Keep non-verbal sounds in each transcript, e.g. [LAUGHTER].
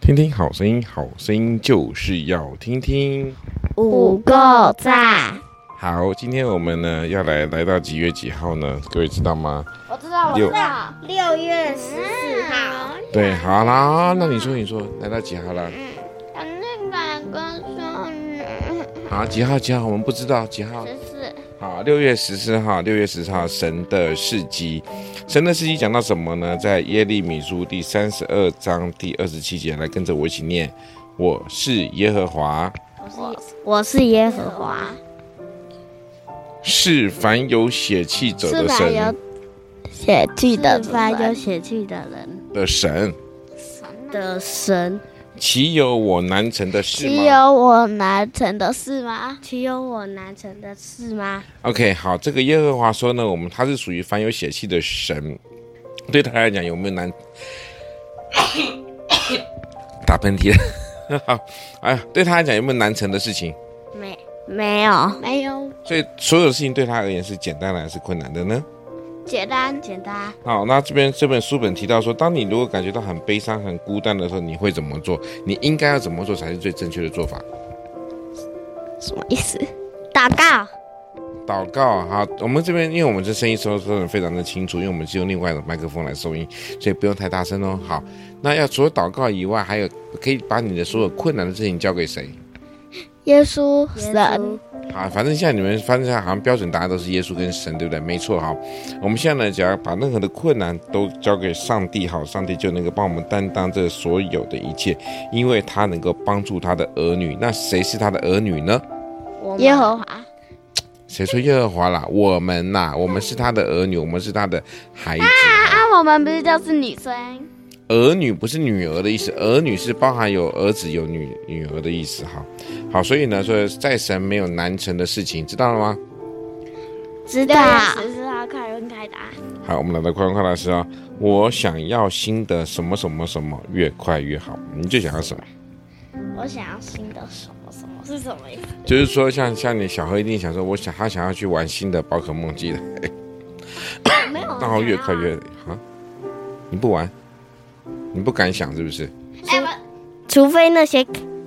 听听好声音，好声音就是要听听。五够赞，好，今天我们呢要来来到几月几号呢？各位知道吗？我知道，六道，六月十嗯四号，对，好啦，那你说你说来到几号啦？反正两个说呢，好，啊几号几号？我们不知道几号。十四，好，六月十四号，六月十四号，神的事迹，神的事迹讲到什么呢？在耶利米书第三十二章第二十七节，来跟着我一起念：我是耶和华，我是耶和华，是凡有血气者是的凡有神血气的是凡有人血气的人的神，的神，岂有我难成的事只吗有我难成的事吗？岂有我难成的事吗？ ？OK，好，这个耶和华说呢，我们他是属于凡有血气的神，对他来讲有没有难？打喷嚏 [LAUGHS] 了，好，哎呀，对他来讲有没有难成的事情？没没有，没有，所以所有事情对他而言是简单的还是困难的呢？简单，简单，好，那这边这本书本提到说，当你如果感觉到很悲伤、很孤单的时候，你会怎么做？你应该要怎么做才是最正确的做法？什么意思？祷告，祷告哈，我们这边因为我们这声音收收的非常的清楚，因为我们是用另外的麦克风来收音，所以不用太大声哦。好，那要除了祷告以外，还有可以把你的所有困难的事情交给谁？耶稣耶神，稣，好，反正现在你们，反正现在好像标准答案都是耶稣跟神，对不对？没错哈。我们现在呢，只要把任何的困难都交给上帝，好，上帝就能够帮我们担当这所有的一切，因为他能够帮助他的儿女。那谁是他的儿女呢？我们耶和华，谁说耶和华啦？我们呐、我们是他的儿女，我们是他的孩子。那我们不是就是女生？儿女不是女儿的意思，儿女是包含有儿子有女女儿的意思哈。好，所以呢，说在神没有难成的事情，知道了吗？知六道，月十四号快问快答，好，我们来到快问快答时啊，我想要新的什么什么什么，越快越好。你最想要什么？我想要新的什么什么是什么意思？就是说像，像你小何一定想说，我想他想要去玩新的宝可梦机的，没有，然后越快越啊，你不玩，你不敢想是不是？哎除非那些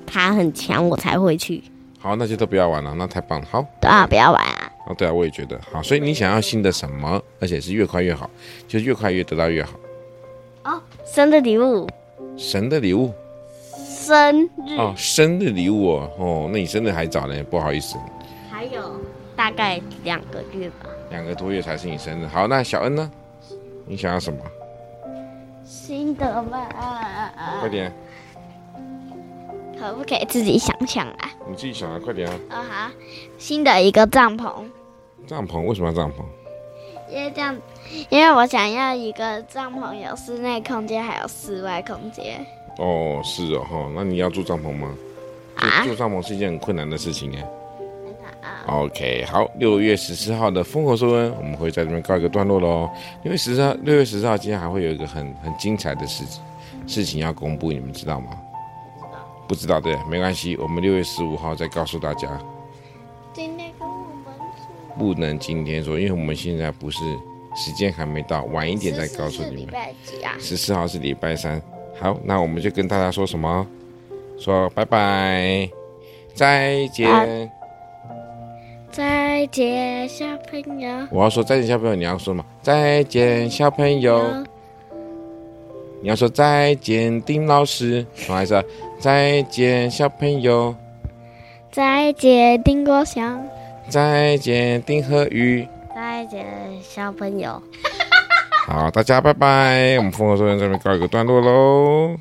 卡很强，我才会去。好，那就都不要玩了，那太棒了。好，对啊，不要玩啊，哦，对啊，我也觉得好，所以你想要新的什么，而且是越快越好，就是越快越得到越好。生日礼物，神的礼物生日，哦，生日礼物哦，哦，那你生日还早呢，不好意思，还有大概两个月吧。两个多月才是你生日。好，那小恩呢？你想要什么？新的吧，快点，可不可以自己想想啊？你自己想啊，快点啊！啊哈，新的一个帐篷，帐篷为什么要帐篷？因为这样，因为我想要一个帐篷，有室内空间，还有室外空间哦，是哦，哈，那你要住帐篷吗？啊住住帐篷是一件很困难的事情哎。啊！ OK，好，六月十四号的烽火收温，我们会在这边告一个段落喽。因为十四号，六月十四号今天还会有一个很很精彩的事情事情要公布，你们知道吗？不知道，对，没关系，我们六月十五号再告诉大家。今天跟我们说，不能今天说，因为我们现在不是时间还没到，晚一点再告诉你们。拜几啊？十四号是礼拜三，好，那我们就跟大家说什么？说拜拜，再见。再见，小朋友。我要说再见，小朋友，你要说嘛？再见，小朋友。你要说再见，丁老师。重来一次啊，再见，小朋友。再见，丁国祥。再见，丁和宇。再见，小朋友。好，大家拜拜，我们风和说在这边告一个段落喽。